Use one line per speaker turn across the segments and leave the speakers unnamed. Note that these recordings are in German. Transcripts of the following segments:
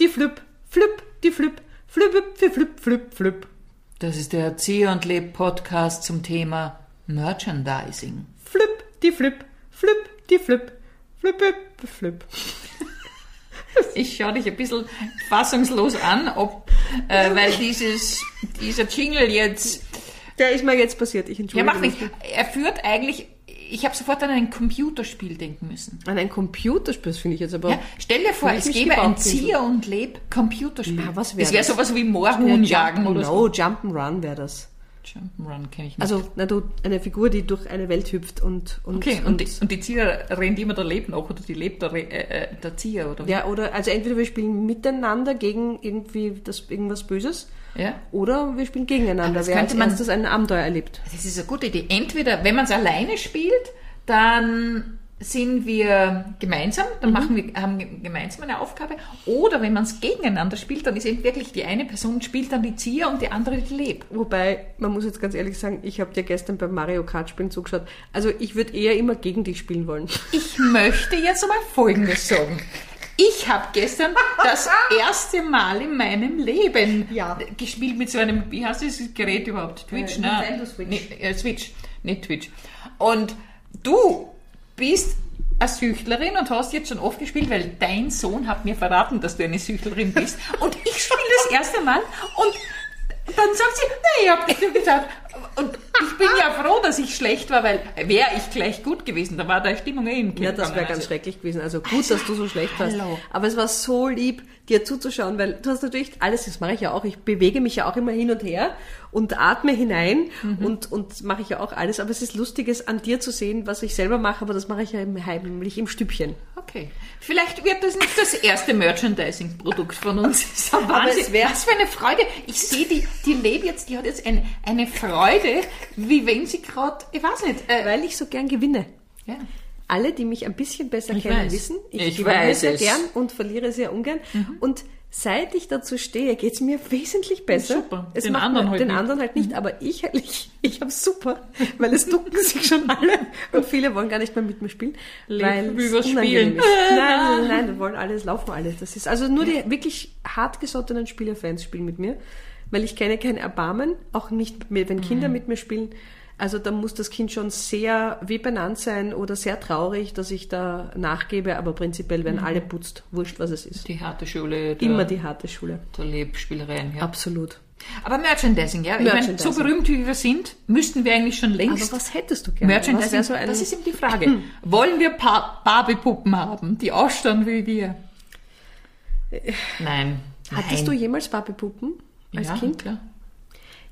die Flüpp, Flüpp, die Flüpp, Flüpp, Flüpp, Flüpp, Flüpp, Flüpp.
Das ist der Erzieh und Leb Podcast zum Thema Merchandising.
Flüpp, die Flüpp, Flüpp, die Flüpp, Flüpp, Flüpp, Flüpp.
Ich schaue dich ein bisschen fassungslos an, ob, äh, weil dieses, dieser Jingle jetzt,
Der ist mir jetzt passiert, ich
ja
entschuldige
mach nicht, er führt eigentlich, ich habe sofort an ein Computerspiel denken müssen.
An ein Computerspiel, das finde ich jetzt aber...
Ja, stell dir vor,
Fühl ich
es
mich
gäbe ein
gebaut, Pinsel.
Zieher- und Leb-Computerspiel.
Na, was wär
das wäre
das?
sowas wie
Äh,
Moorhuhnjagen
Jump-
oder so.
No, Jump'n'Run wäre das.
Jump'n'Run kenne ich nicht.
Also, na du, eine Figur, die durch eine Welt hüpft und... und
okay, und, die, und die Zieher rennt immer der Leb nach oder die lebt der, Re- äh, äh, der Zieher oder
ja, oder, also entweder wir spielen miteinander gegen irgendwie das, irgendwas Böses
ja?
oder wir spielen gegeneinander.
das
Wer
könnte
als
man-
erstes ein Abenteuer erlebt.
Das ist eine gute Idee. Entweder, wenn man es alleine spielt, dann sind wir gemeinsam, dann
Mhm.
machen wir, haben ge- gemeinsam eine Aufgabe. Oder wenn man es gegeneinander spielt, dann ist eben wirklich die eine Person spielt dann die Zieher und die andere die Leb.
Wobei, man muss jetzt ganz ehrlich sagen, ich habe dir gestern beim Mario Kart Spielen zugeschaut. Also ich würde eher immer gegen dich spielen wollen.
Ich möchte jetzt einmal Folgendes sagen. Ich habe gestern das erste Mal in meinem Leben
Ja.
gespielt mit so einem, wie heißt dieses Gerät überhaupt? Twitch,
Äh,
ne?
Nintendo Switch.
Nee, äh, Switch, nicht Twitch. Und du bist eine Süchtlerin und hast jetzt schon oft gespielt, weil dein Sohn hat mir verraten, dass du eine Süchtlerin bist. Und ich spiele das erste Mal und dann sagt sie, nee, ich habe das nur gesagt. Und ich bin ja froh, dass ich schlecht war, weil wäre ich gleich gut gewesen, da war deine Stimmung eh im Keller.
Ja, das wäre ganz schrecklich gewesen. Also gut, dass du so schlecht warst.
hallo.
Aber es war so lieb, dir zuzuschauen, weil du hast natürlich alles, das mache ich ja auch. Ich bewege mich ja auch immer hin und her und atme hinein und, und mache ich ja auch alles. Aber es ist lustiges an dir zu sehen, was ich selber mache, aber das mache ich ja im heimlich im Stübchen.
Okay. Vielleicht wird das nicht das erste Merchandising-Produkt von uns. So
Aber es
Wahnsinn. Was für eine Freude. Ich sehe, die, die Leb jetzt, die hat jetzt ein, eine Freude, wie wenn sie gerade, ich weiß nicht. Äh,
Weil ich so gern gewinne.
ja.
Alle, die mich ein bisschen besser
Ich
kennen,
weiß.
wissen, ich,
Ich
gewinne
weiß
sehr
es. Mhm.
gern und verliere sehr ungern. Und seit ich dazu stehe, geht's mir wesentlich besser.
Super.
Es
Den
macht
anderen
mir,
halt
den
nicht.
anderen halt nicht, aber ich, ich, ich habe super, weil es ducken sich schon alle und viele wollen gar nicht mehr mit mir spielen,
Leben
weil es
überspielen.
unangenehm ist. Nein, nein, nein, wir wollen alles, laufen alles. Das ist also nur die wirklich hartgesottenen Spielerfans spielen mit mir, weil ich kenne kein Erbarmen, auch nicht mehr, wenn Kinder
Mhm.
mit mir spielen. Also da muss das Kind schon sehr wehbenannt sein oder sehr traurig, dass ich da nachgebe, aber prinzipiell
Mhm.
werden alle putzt, wurscht was es ist.
Die harte Schule der,
Immer die harte Schule.
der Leb-Spielereien. Ja.
Absolut.
Aber Merchandising, ja. Ich meine,
Merchandising.
so berühmt wie wir sind, müssten wir eigentlich schon
Aber
längst
was hättest du gerne?
Merchandising,
Was wär so ein-
das ist eben die Frage. Wollen wir pa Barbie-Puppen haben, die ausschauen wie wir? Nein.
Äh, Hattest du jemals Barbie-Puppen als
ja,
Kind?
Klar.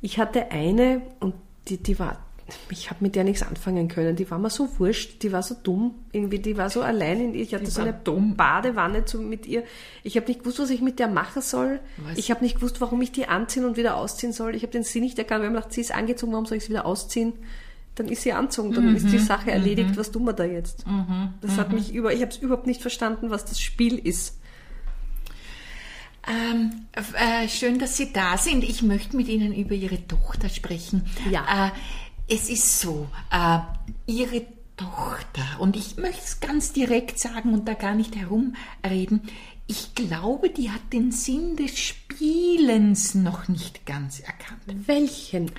Ich hatte eine und die, die war, ich habe mit der nichts anfangen können. Die war mir so wurscht, die war so dumm. Irgendwie, die war so allein. In, ich hatte so
war
eine
dumm.
Badewanne zu, mit ihr. Ich habe nicht gewusst, was ich mit der machen soll.
Was?
Ich habe nicht gewusst, warum ich die anziehen und wieder ausziehen soll. Ich habe den Sinn nicht erkannt. Wir haben gedacht, sie ist angezogen, warum soll ich sie wieder ausziehen? Dann ist sie anzogen, dann ist die
Mhm.
Sache erledigt. Was tun wir da jetzt? Das hat mich über, ich habe es überhaupt nicht verstanden, was das Spiel ist.
Ähm, f- äh, schön, dass Sie da sind. Ich möchte mit Ihnen über Ihre Tochter sprechen.
Ja.
Äh, es ist so, äh, Ihre Tochter, und ich möchte es ganz direkt sagen und da gar nicht herumreden, ich glaube, die hat den Sinn des Spielens noch nicht ganz erkannt.
Welchen?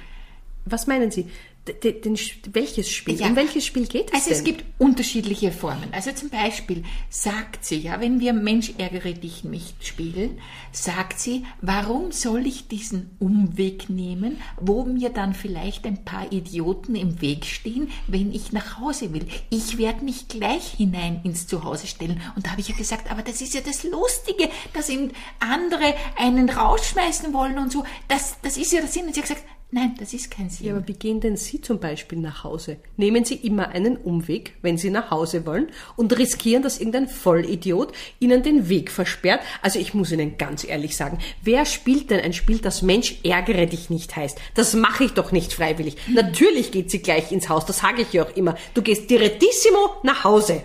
Was meinen Sie? D- d- Den, Sch- welches Spiel?
Ja.
Um welches Spiel geht es
Also
denn?
es gibt unterschiedliche Formen. Also zum Beispiel sagt sie, ja, wenn wir Mensch ärgere dich nicht spielen, sagt sie, warum soll ich diesen Umweg nehmen, wo mir dann vielleicht ein paar Idioten im Weg stehen, wenn ich nach Hause will. Ich werde mich gleich hinein ins Zuhause stellen. Und da habe ich ja gesagt, aber das ist ja das Lustige, dass eben andere einen rausschmeißen wollen und so. Das, das ist ja der Sinn. Und sie hat gesagt, nein, das ist kein Sinn.
Ja, aber wie gehen denn Sie zum Beispiel nach Hause? Nehmen Sie immer einen Umweg, wenn Sie nach Hause wollen und riskieren, dass irgendein Vollidiot Ihnen den Weg versperrt? Also ich muss Ihnen ganz ehrlich sagen, wer spielt denn ein Spiel, das Mensch ärgere dich nicht heißt? Das mache ich doch nicht freiwillig. Natürlich geht sie gleich ins Haus, das sage ich ja auch immer. Du gehst direttissimo nach Hause.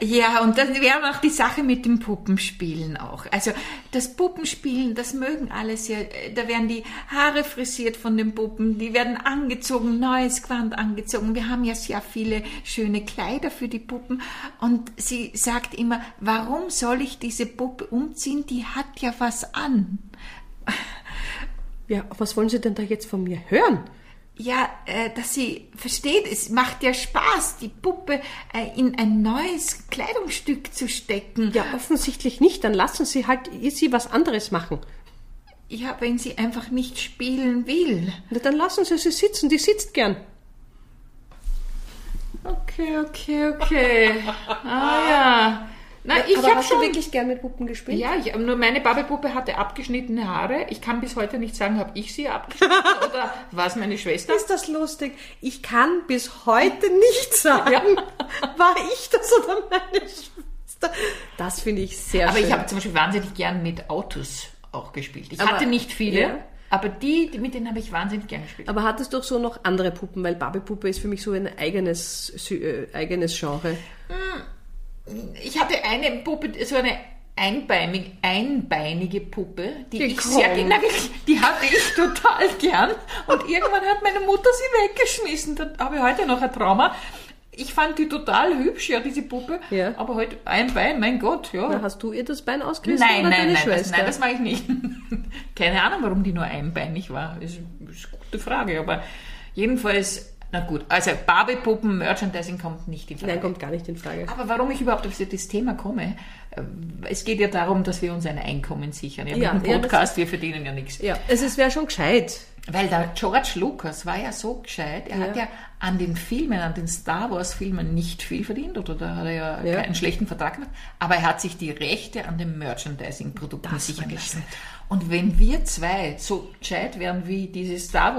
Ja, und dann wäre auch die Sache mit dem Puppenspielen auch. Also das Puppenspielen, das mögen alle sehr. Da werden die Haare frisiert von den Puppen, die werden angezogen, neues Gewand angezogen. Wir haben ja sehr viele schöne Kleider für die Puppen. Und sie sagt immer, warum soll ich diese Puppe umziehen? Die hat ja was an.
Ja, was wollen Sie denn da jetzt von mir hören?
Ja, äh, dass sie versteht, es macht ja Spaß, die Puppe äh, in ein neues Kleidungsstück zu stecken.
Ja, offensichtlich nicht. Dann lassen Sie halt sie was anderes machen.
Ja, wenn sie einfach nicht spielen will.
Na, dann lassen Sie sie sitzen. Die sitzt gern.
Okay, okay, okay. ah ja. Na, ich
Aber
habe
hast du
schon
wirklich gern mit Puppen gespielt?
Ja, ich, nur meine Babelpuppe hatte abgeschnittene Haare. Ich kann bis heute nicht sagen, habe ich sie abgeschnitten oder war es meine Schwester?
Ist das lustig? Ich kann bis heute nicht sagen, war ich das oder meine Schwester. Das finde ich sehr
Aber
schön.
ich habe zum Beispiel wahnsinnig gern mit Autos auch gespielt. Ich
Aber-
hatte nicht viele,
Ja.
aber die, die, mit denen habe ich wahnsinnig gern gespielt.
Aber hattest du auch so noch andere Puppen? Weil Barbie-Puppe ist für mich so ein eigenes, Sy- äh, eigenes Genre.
Ich hatte eine Puppe, so eine einbeinige, einbeinige Puppe, die
Die
ich sehr
Krone.
gerne, na wirklich, die hatte ich total gern. Und irgendwann hat meine Mutter sie weggeschmissen. Da habe ich heute noch ein Trauma. Ich fand die total hübsch, ja, diese Puppe.
Ja.
Aber heute ein Bein, mein Gott, ja.
Na, hast du ihr das Bein ausgerissen
Oh. nein,
oder
nein,
deine
nein, das,
Schwester?
nein, das mag ich nicht. Keine Ahnung, warum die nur einbeinig war. Ist, ist eine gute Frage, aber jedenfalls, na gut, also Barbie-Puppen, Merchandising kommt nicht in Frage.
nein, kommt gar nicht in Frage.
Aber warum ich überhaupt auf das Thema komme, äh, es geht ja darum, dass wir uns ein Einkommen sichern. Ja,
Ja,
mit
ja,
dem
das
Podcast, wir verdienen ja nichts.
Ja, es ist- wäre schon gescheit.
Weil der George Lucas war ja so gescheit, er hat ja an den Filmen, an den Star Wars-Filmen nicht viel verdient, oder da hat er ja,
Ja.
keinen schlechten Vertrag gemacht, aber er hat sich die Rechte an den Merchandising-Produkten
Das war
sichern lassen.
gescheit.
Und wenn wir zwei so gescheit wären wie diese Star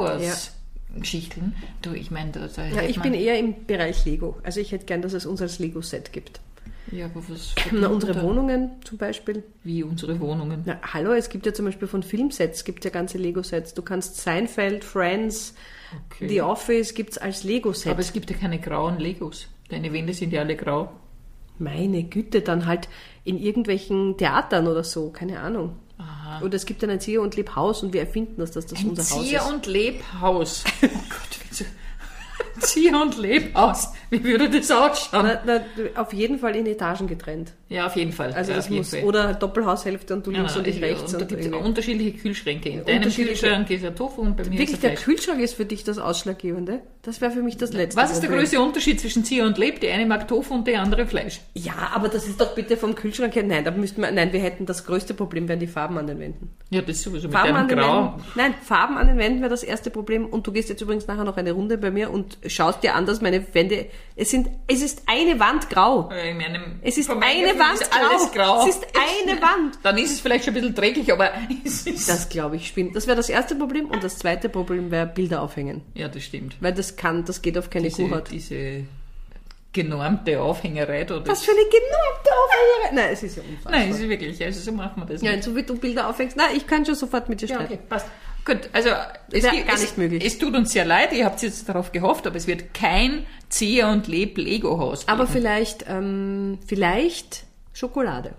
Wars-Geschichten, du, ich meine, da, da
Ja,
hätte
ich
man,
bin eher im Bereich Lego. Also ich hätte gern, dass es uns als Lego-Set gibt.
ja, aber was
eh- Na, unsere
oder
Wohnungen zum Beispiel.
wie unsere Wohnungen.
Na, hallo, es gibt ja zum Beispiel von Filmsets, gibt ja ganze Lego-Sets. Du kannst Seinfeld, Friends,
Okay.
The Office gibt's als
Aber
Lego-Set.
es gibt ja keine grauen Legos. Deine Wände sind ja alle grau.
Meine Güte, dann halt in irgendwelchen Theatern oder so, keine Ahnung.
Aha.
Oder es gibt dann ein Zieher- und Lebhaus und wir erfinden das, dass das unser
Zier
Haus ist.
und Lebhaus. Oh Gott, wieso? Zier und Lebhaus. Wie würde das ausschauen?
Na, na, auf jeden Fall in Etagen getrennt.
Ja, auf jeden Fall.
Also
ja,
das
auf jeden
muss,
Fall.
oder Doppelhaushälfte und du
Ja,
links und ich
ich-
rechts.
Und da
Und
gibt es
irgendwie.
unterschiedliche Kühlschränke. In deinem
Unterschiedliche-
Kühlschrank ist ja Tofu und bei mir
Wirklich,
ist ja
der
Fleisch.
Kühlschrank ist für dich das Ausschlaggebende. Das wäre für mich das letzte.
Was ist der
Problem.
größte Unterschied zwischen Zier und Leb? Die eine mag Tofu und die andere Fleisch.
Ja, aber das ist doch bitte vom Kühlschrank her. Nein, da müssten wir, nein, wir hätten das größte Problem, wären die Farben an den Wänden.
Ja, das ist sowieso mit
Farben
deinem
an den
Grau.
Wänden. Nein, Farben an den Wänden wäre das erste Problem. Und du gehst jetzt übrigens nachher noch eine Runde bei mir und schaust dir an, dass meine Wände. Es sind, es ist eine Wand grau.
Äh, In meinem,
Es ist
von meinem
eine
Gefühl
Wand
ist alles
grau.
grau.
Es ist eine Wand.
Dann ist es vielleicht schon ein bisschen träglich, aber es ist...
Das glaube ich spinnt. Das wäre das erste Problem. Und das zweite Problem wäre Bilder aufhängen.
ja, das stimmt.
Weil das kann, das geht auf keine
diese,
Kuhhaut.
diese genormte Aufhängerei da. Das
Was für eine genormte Aufhängerei. Nein, es ist ja unfassbar.
Nein, es ist wirklich, also so machen wir das
Nein, so wie du Bilder aufhängst. Nein, ich kann schon sofort mit dir
Ja,
streiten.
okay, passt. Gut, also es
Wär
gibt-
gar
es,
nicht möglich.
Es tut uns sehr leid, ihr habt jetzt darauf gehofft, aber es wird kein Zieher- und Leb-Lego-Haus.
Aber vielleicht, ähm, vielleicht Schokolade.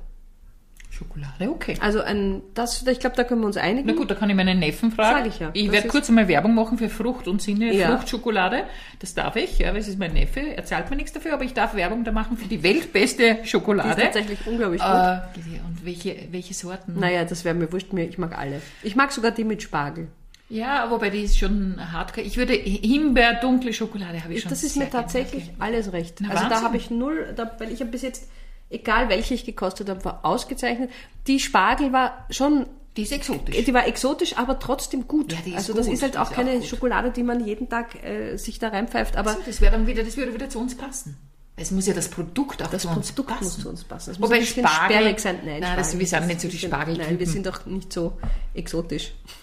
Schokolade, okay.
Also ein, das, ich glaube, da können wir uns einigen.
Na gut, da kann ich meinen Neffen fragen.
Sag ich ja. Das
werde
ist-
kurz einmal Werbung machen für Frucht und Sinne,
Ja.
Fruchtschokolade. Das darf ich, ja, weil es ist mein Neffe. Er zahlt mir nichts dafür, aber ich darf Werbung da machen für die weltbeste
die ist
Schokolade.
tatsächlich unglaublich gut.
äh, und welche, welche Sorten?
Naja, das wäre mir wurscht. Mir, ich mag alle. Ich mag sogar die mit Spargel.
Ja, wobei die ist schon hardcore. Ich würde Himbeer, dunkle Schokolade habe ich schon.
Das ist
sehr
mir
gerne.
tatsächlich alles recht.
Na,
also da
Wahnsinn.
habe ich null, da, weil ich habe bis jetzt, egal welche ich gekostet habe, war ausgezeichnet. Die Spargel war schon,
Die ist exotisch.
die war exotisch, aber trotzdem gut.
Ja, die ist
also das
gut.
ist halt
Die
auch
ist
keine
auch gut.
Schokolade, die man jeden Tag äh, sich da reinpfeift, aber
Also, das wäre dann wieder, das würde wieder zu uns passen. Es muss ja das Produkt auch
Das
zu uns
Produkt muss
passen.
zu uns passen. Das muss
Wobei
ein bisschen
Spargel-
sperrig sein. Nein,
Nein,
Spargel
das- wir sind
ist
nicht so die
ein bisschen-
Spargeltypen.
Nein, wir sind doch nicht so exotisch.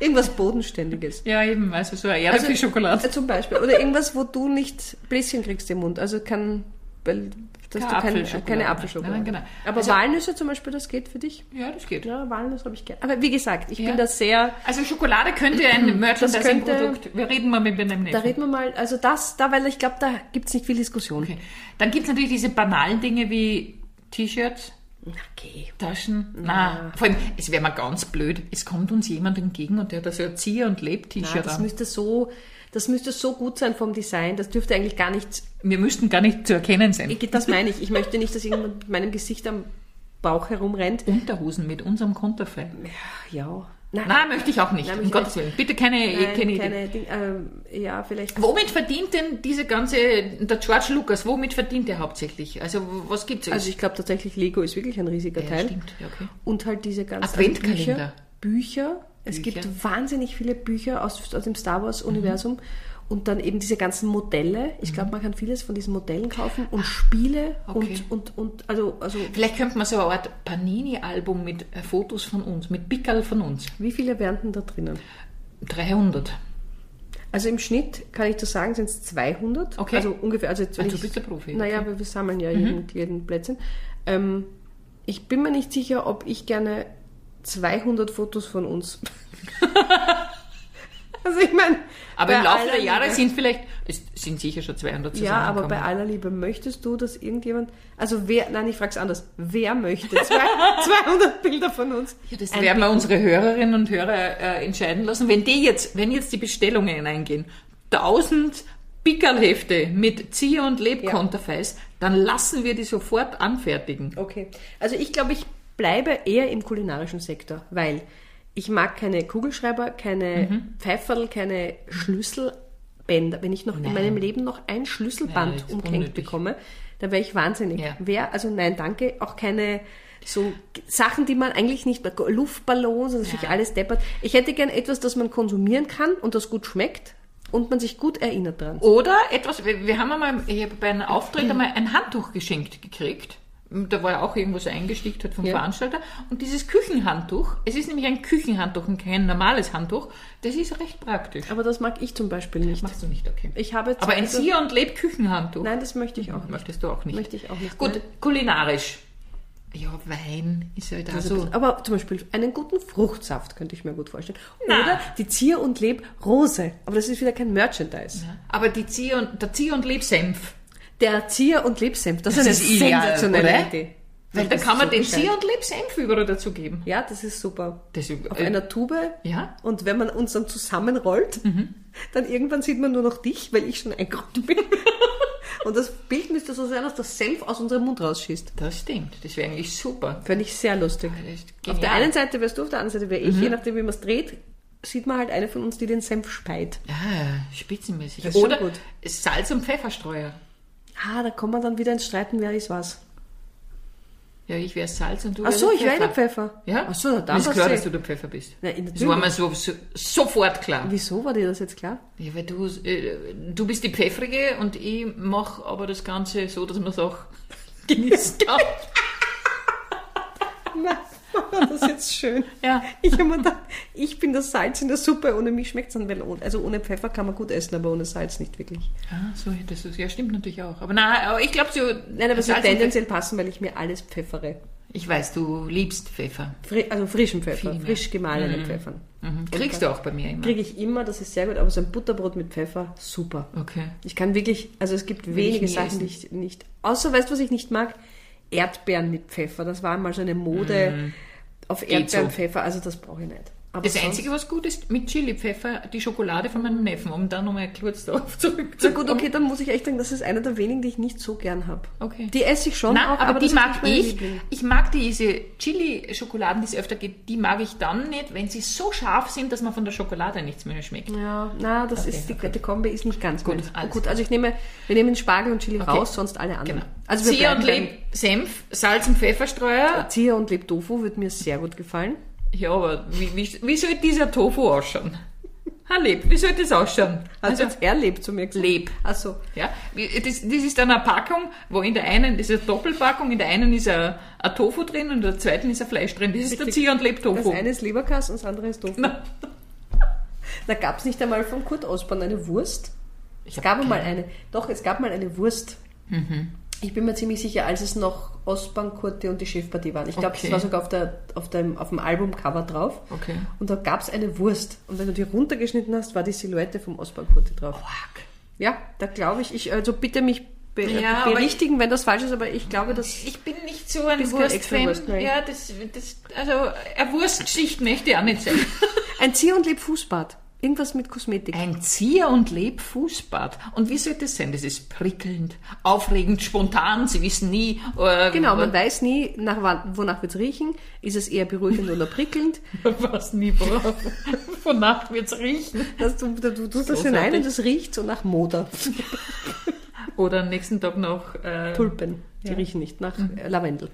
irgendwas Bodenständiges.
ja, eben, also so eine
Also,
Erdbeerschokolade.
äh, Zum Beispiel. Oder irgendwas, wo du nicht Bläschen kriegst im Mund. Also kann weil dass du
Keine
kein,
Apfelschokolade.
keine Apfelschokolade
Nein, genau.
Aber
Also-
Walnüsse zum Beispiel, das geht für dich?
Ja, das geht.
Ja, Walnüsse habe ich gerne. Aber wie gesagt, ich
Ja.
bin da sehr...
Also Schokolade könnte ein
könnte-
Merchandising-Produkt. Wir reden mal mit dem
Da
nächsten.
reden wir mal, also das, da, weil ich glaube, da gibt es nicht viel Diskussion.
Okay. Dann gibt es natürlich diese banalen Dinge wie T-Shirts,
okay.
Taschen. Na, vor allem, es wäre mal ganz blöd. Es kommt uns jemand entgegen und der hat also Erzieher und lebt
Ja,
T-Shirt
das
an.
müsste so, das müsste so gut sein vom Design. Das dürfte eigentlich gar nicht.
Wir müssten gar nicht zu erkennen sein.
Ich- Das meine ich. Ich möchte nicht, dass irgendjemand mit meinem Gesicht am Bauch herumrennt.
Unterhosen mit unserem Konterfei.
Ja. Nein,
Nein, möchte ich auch nicht.
Nein,
um
möchte
Gottes Willen. Bitte keine,
nein,
keine, Idee.
keine Ding, ähm, ja, vielleicht.
Womit verdient denn diese ganze, der George Lucas, womit verdient er hauptsächlich? Also was gibt's?
Also ich glaube tatsächlich, Lego ist wirklich ein riesiger
ja,
Teil.
stimmt. Ja, okay.
Und halt diese ganzen
Adventkalender.
Bücher. Bücher. Es
Bücher. Mhm.
gibt wahnsinnig viele Bücher aus, aus dem Star Wars-Universum. Und dann eben diese ganzen Modelle. Ich glaube, man kann vieles von diesen Modellen kaufen und Spiele
Mhm. Okay.
und, und, und also, also
Vielleicht könnte man so eine Art Panini-Album mit äh, Fotos von uns, mit Pickerl von uns.
wie viele wären denn da drinnen?
300.
Also im Schnitt kann ich das sagen, sind es 200.
Okay.
Also ungefähr. Also jetzt, wenn
Ah, du
ich-
bist der Profi,
Naja,
okay. Mhm.
aber wir sammeln ja jeden, jeden Plätzchen. Ähm, ich bin mir nicht sicher, ob ich gerne 200 Fotos von uns. also ich meine.
Aber im
bei
Laufe
aller
der Jahre
Liebe-
sind vielleicht, es sind sicher schon 200
Ja, aber
zusammengekommen.
bei aller Liebe, möchtest du, dass irgendjemand. Also wer. Nein, ich frage es anders. Wer möchte zwei, 200 Bilder von uns?
Ja, das werden wir unsere Hörerinnen und Hörer äh, entscheiden lassen. Wenn die jetzt, wenn jetzt die Bestellungen hineingehen, 1000 Pickerlhefte mit Zieher- und Lebkonterfeis, dann lassen wir die sofort anfertigen.
Okay. Also ich glaube, ich bleibe eher im kulinarischen Sektor, weil ich mag keine Kugelschreiber, keine
Mhm.
Pfeiferl, keine Schlüsselbänder. Wenn ich noch in
Nein.
meinem Leben noch ein
Nein,
Schlüsselband
das ist
umgehängt
unnötig.
bekomme, dann wäre ich wahnsinnig.
Ja.
Wer, also nein, danke, auch keine so Sachen, die man eigentlich nicht mehr, Luftballons, das ist natürlich alles deppert. Ich hätte gern etwas, das man konsumieren kann und das gut schmeckt und man sich gut erinnert dran.
Oder etwas, wir wir haben einmal ich habe bei einem Auftritt einmal ein Handtuch geschenkt gekriegt. Da war ja auch irgendwas eingestickt halt vom
Ja.
Veranstalter. Und dieses Küchenhandtuch, es ist nämlich ein Küchenhandtuch und kein normales Handtuch, das ist recht praktisch.
Aber das mag ich zum Beispiel nicht.
Machst du nicht, okay.
Ich habe
Aber ein
also-
Sieger- und Leb-Küchenhandtuch.
Nein, das möchte ich auch nicht.
Möchtest du auch nicht.
Möchte ich auch nicht, ne?
Gut,
nein.
kulinarisch. Ja, Wein ist halt auch
Also,
so.
aber zum Beispiel einen guten Fruchtsaft könnte ich mir gut vorstellen.
Na.
Oder die Zier- und Leb-Rose. Aber das ist wieder kein Merchandise.
ne? Aber die Zieh und, der Zieh- und Lebsenf.
Der Zier- und Lebsenf, das,
Das
ist eine
ist ideal,
sensationelle
oder?
Idee.
Weil da
Das
kann
ist
man
so
den
gescheitert.
Zieh- und Lebsenf überall dazu geben.
Ja, das ist super.
Das ist,
Auf
äh,
einer Tube.
Ja.
Und wenn man uns dann zusammenrollt,
Mhm.
dann irgendwann sieht man nur noch dich, weil ich schon eingerollt bin. und das Bild müsste so sein, dass das Senf aus unserem Mund rausschießt.
Das stimmt. Das wäre eigentlich super.
Fände ich sehr lustig.
Das ist
Auf der
genial. Mhm.
einen Seite wärst du, auf der anderen Seite wäre ich. Je nachdem, wie man es dreht, sieht man halt eine von uns, die den Senf speit.
Ah, spitzenmäßig.
Das ist schon
Oder
gut.
Salz- und Pfefferstreuer.
Ah, da kommen wir dann wieder ins Streiten, wer ist was.
Ja, ich wäre Salz und du
Ach so,
wärst
ich wäre der Pfeffer.
Ja?
Ach so, da
Mir ist klar, dass
war's.
du der Pfeffer bist.
Na, natürlich.
Das war mir so, so, sofort klar.
Wieso war dir das jetzt klar?
Ja, weil du, äh, du bist die Pfeffrige und ich mache aber das Ganze so, dass man es auch genießen kann.
Nein, das ist jetzt schön.
Ja.
Ich habe mir gedacht, ich bin das Salz in der Suppe, ohne mich schmeckt es dann, weil ohne, also ohne Pfeffer kann man gut essen, aber ohne Salz nicht wirklich.
ja, Ah, so, das ist, ja, stimmt natürlich auch. Aber na, aber ich glaube, so,
Nein, aber es wird
Salz und
tendenziell passen, weil ich mir alles pfeffere.
Pfeffer- Ich weiß, du liebst Pfeffer.
Fri also frischen Pfeffer,
Viel mehr.
frisch gemahlenen Pfeffern.
Mhm. Kriegst du auch bei mir immer.
Kriege ich immer, das ist sehr gut, aber so ein Butterbrot mit Pfeffer, super.
Okay.
Ich kann wirklich, also es gibt
ich
wenige
nie
Sachen, die ich nicht. Außer, weißt du, was ich nicht mag? Erdbeeren mit Pfeffer. Das war mal so eine Mode auf Erdbeeren
Mhm. so.
Pfeffer. Also das brauche ich nicht. Aber
Das
sonst-
Einzige, was gut ist, mit Chili-Pfeffer, die Schokolade von meinem Neffen, um da nochmal kurz darauf
Na
zurückzukommen.
gut, okay, dann muss ich echt sagen, das ist einer der wenigen, die ich nicht so gern habe.
Okay.
Die esse ich schon
Nein,
auch,
aber, die
das ist nicht
mag
meine
ich.
Liebling.
Ich mag diese Chili-Schokoladen, die es öfter gibt, die mag ich dann nicht, wenn sie so scharf sind, dass man von der Schokolade nichts mehr schmeckt.
Ja, na, das ist die, die Kombi ist nicht ganz
Gut,
meins.
alles
gut. Also ich nehme, wir nehmen Spargel und Chili raus, sonst alle anderen.
Genau.
Also wir
Zier
bleiben
und Leb, Senf, Salz und Pfefferstreuer.
beim Zieher und Leb Tofu wird mir sehr gut gefallen.
Ja, aber wie, wie, wie soll dieser Tofu ausschauen? Ha, Leb, wie soll das ausschauen?
Hast du
Also,
jetzt er Leb zu mir gesagt?
Leb.
Ach so.
ja, wie- das, das ist dann eine Packung, wo in der einen, das ist eine Doppelpackung, in der einen ist ein, ein Tofu drin und in der zweiten ist ein Fleisch drin. Das ist der
Richtig.
Zier- und
Das
Leb-Tofu.
eine ist Leberkass und das andere ist Tofu.
Na.
Da gab es nicht einmal von Kurt Osborn eine Wurst.
Ich
Es
hab
gab mal
keine- Mhm.
eine. Doch, es gab mal eine Wurst. Ich bin mir ziemlich sicher, als es noch Ostbankurte und die Chefpartie waren. Ich glaube,
Okay.
das war sogar auf, der, auf, dem, auf dem Albumcover drauf.
Okay.
Und da gab es eine Wurst. Und wenn du die runtergeschnitten hast, war die Silhouette vom Ostbankurte drauf.
Fuck.
Ja, da glaube ich, ich, also bitte mich be
Ja, aber
berichtigen, wenn das falsch ist, aber ich glaube, dass.
Ich bin nicht so ein
Bist kein
Wurstfan.
Extrawurst, nein.
ja, das, das, also eine Wurstschicht möchte ich auch nicht sein.
Ein Zieh- und Lebfußbad. Irgendwas mit Kosmetik.
Ein Zier- und Lebfußbad. Und wie soll das sein? Das ist prickelnd, aufregend, spontan. Sie wissen nie. Äh,
Genau, man weiß nie, nach wann, wonach wird es riechen. Ist es eher beruhigend oder prickelnd?
was nie braucht. Von Nacht wird's riechen.
Das, du, du, du tust das
Großartig.
hinein und es riecht so nach Moder.
Oder am nächsten Tag noch. Äh,
Tulpen. Die riechen nicht nach
Mhm.
äh, Lavendel.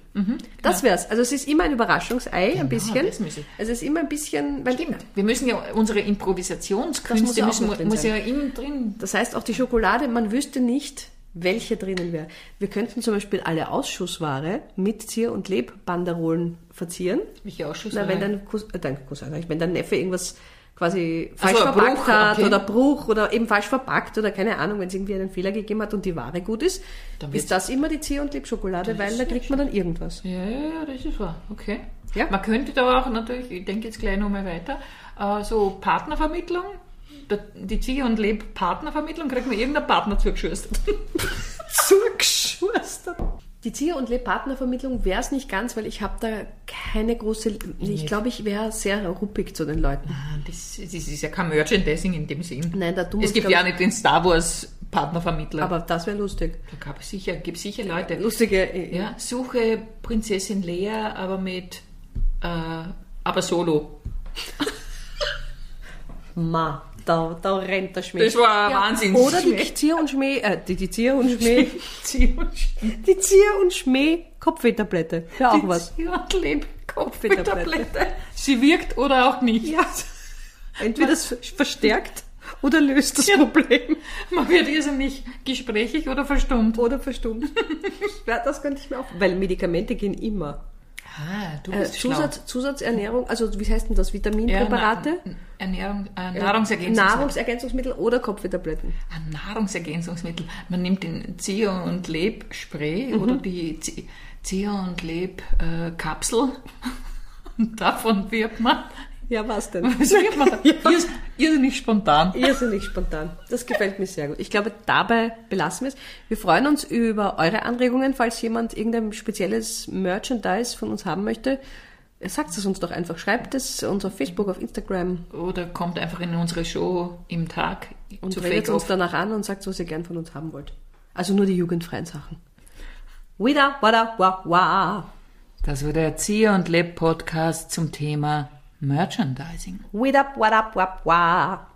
Das wär's. Also es ist immer ein Überraschungsei, ein bisschen.
Genau, das muss ich.
es ist immer ein bisschen. Weil
Stimmt. Wir müssen ja unsere
Das muss
Improvisationskünste
ja auch
müssen,
noch drin
muss
sein.
ja innen drin.
Das heißt, auch die Schokolade, man wüsste nicht, welche drinnen wäre. Wir könnten zum Beispiel alle Ausschussware mit Zier- und Lebbanderolen verzieren.
Welche Ausschuss?
Na, wenn dein, Cousin, äh, dein Cousin, sag ich, wenn dein Neffe irgendwas quasi falsch
so, Also ein
verpackt
Bruch,
hat
okay.
oder Bruch oder eben falsch verpackt oder keine Ahnung, wenn es irgendwie einen Fehler gegeben hat und die Ware gut ist,
Dann wird's-
ist das immer die Zier- und Lebschokolade, weil da kriegt man dann irgendwas.
Ja, ja, ja, das ist wahr. Okay.
Ja.
Man könnte da auch natürlich, ich denke jetzt gleich nochmal weiter, äh, so Partnervermittlung, da- die Ziege und Leb Partnervermittlung, kriegt man irgendeinen Partner zugeschustert. zugeschustert?
Die Zier- und Lebpartnervermittlung wäre es nicht ganz, weil ich habe da keine große... Ich glaube, ich wäre sehr ruppig zu den Leuten.
Ah, Das, das ist ja kein Merchandising in dem Sinn.
Nein, da tun
es
wir-
gibt ja auch nicht den Star Wars Partnervermittler.
Aber das wäre lustig.
da gab es sicher, gibt sicher Leute.
Lustige... äh,
Ja, suche Prinzessin Lea, aber mit, äh, aber solo.
Ma, da, da rennt der Schmäh.
Das war ein Wahnsinns-
Oder die
Schmäh.
Zier- und Schmäh... Äh, die, die Zier- und Schmäh...
Zieh und
Die Zier- und Schmäh-Kopfwehtablette. Wäre auch was.
Zieh und Leb
Kopfwehtablette.
Kopfwehtablette. Sie wirkt oder auch nicht.
Ja. Entweder es verstärkt oder löst das Problem.
Man wird irrsinnig gesprächig oder verstummt.
Oder verstummt. Ja, das könnte ich mir auch... Weil Medikamente gehen immer.
Ah, du
Äh, Zusatz, Zusatzernährung, also wie heißt denn das? Vitaminpräparate?
Ernährung, äh, Nahrungsergänzungsmittel.
Nahrungsergänzungsmittel oder Kopfwehtabletten.
Ah, Nahrungsergänzungsmittel. Man nimmt den Zieher- und Leb-Spray
Mhm.
oder die Zie- Zieher- und Leb-Kapsel. Und davon wirbt man.
Ja, was denn?
Was wirbt man? da? Irrs- Irrsinnig spontan.
Irrsinnig spontan. Das gefällt mir sehr gut. Ich glaube, dabei belassen wir es. Wir freuen uns über eure Anregungen, falls jemand irgendein spezielles Merchandise von uns haben möchte. Sagt es uns doch einfach. Schreibt es uns auf Facebook, auf Instagram
Oder kommt einfach in unsere Show im Tag
und
zu
redet
Fake
uns
Off.
danach an und sagt, was ihr gern von uns haben wollt. Also nur die jugendfreien Sachen. Wida, wada, wa, wa.
Das war der Zieher- und Leb-Podcast zum Thema Merchandising.
Wida, wada, wa, wa.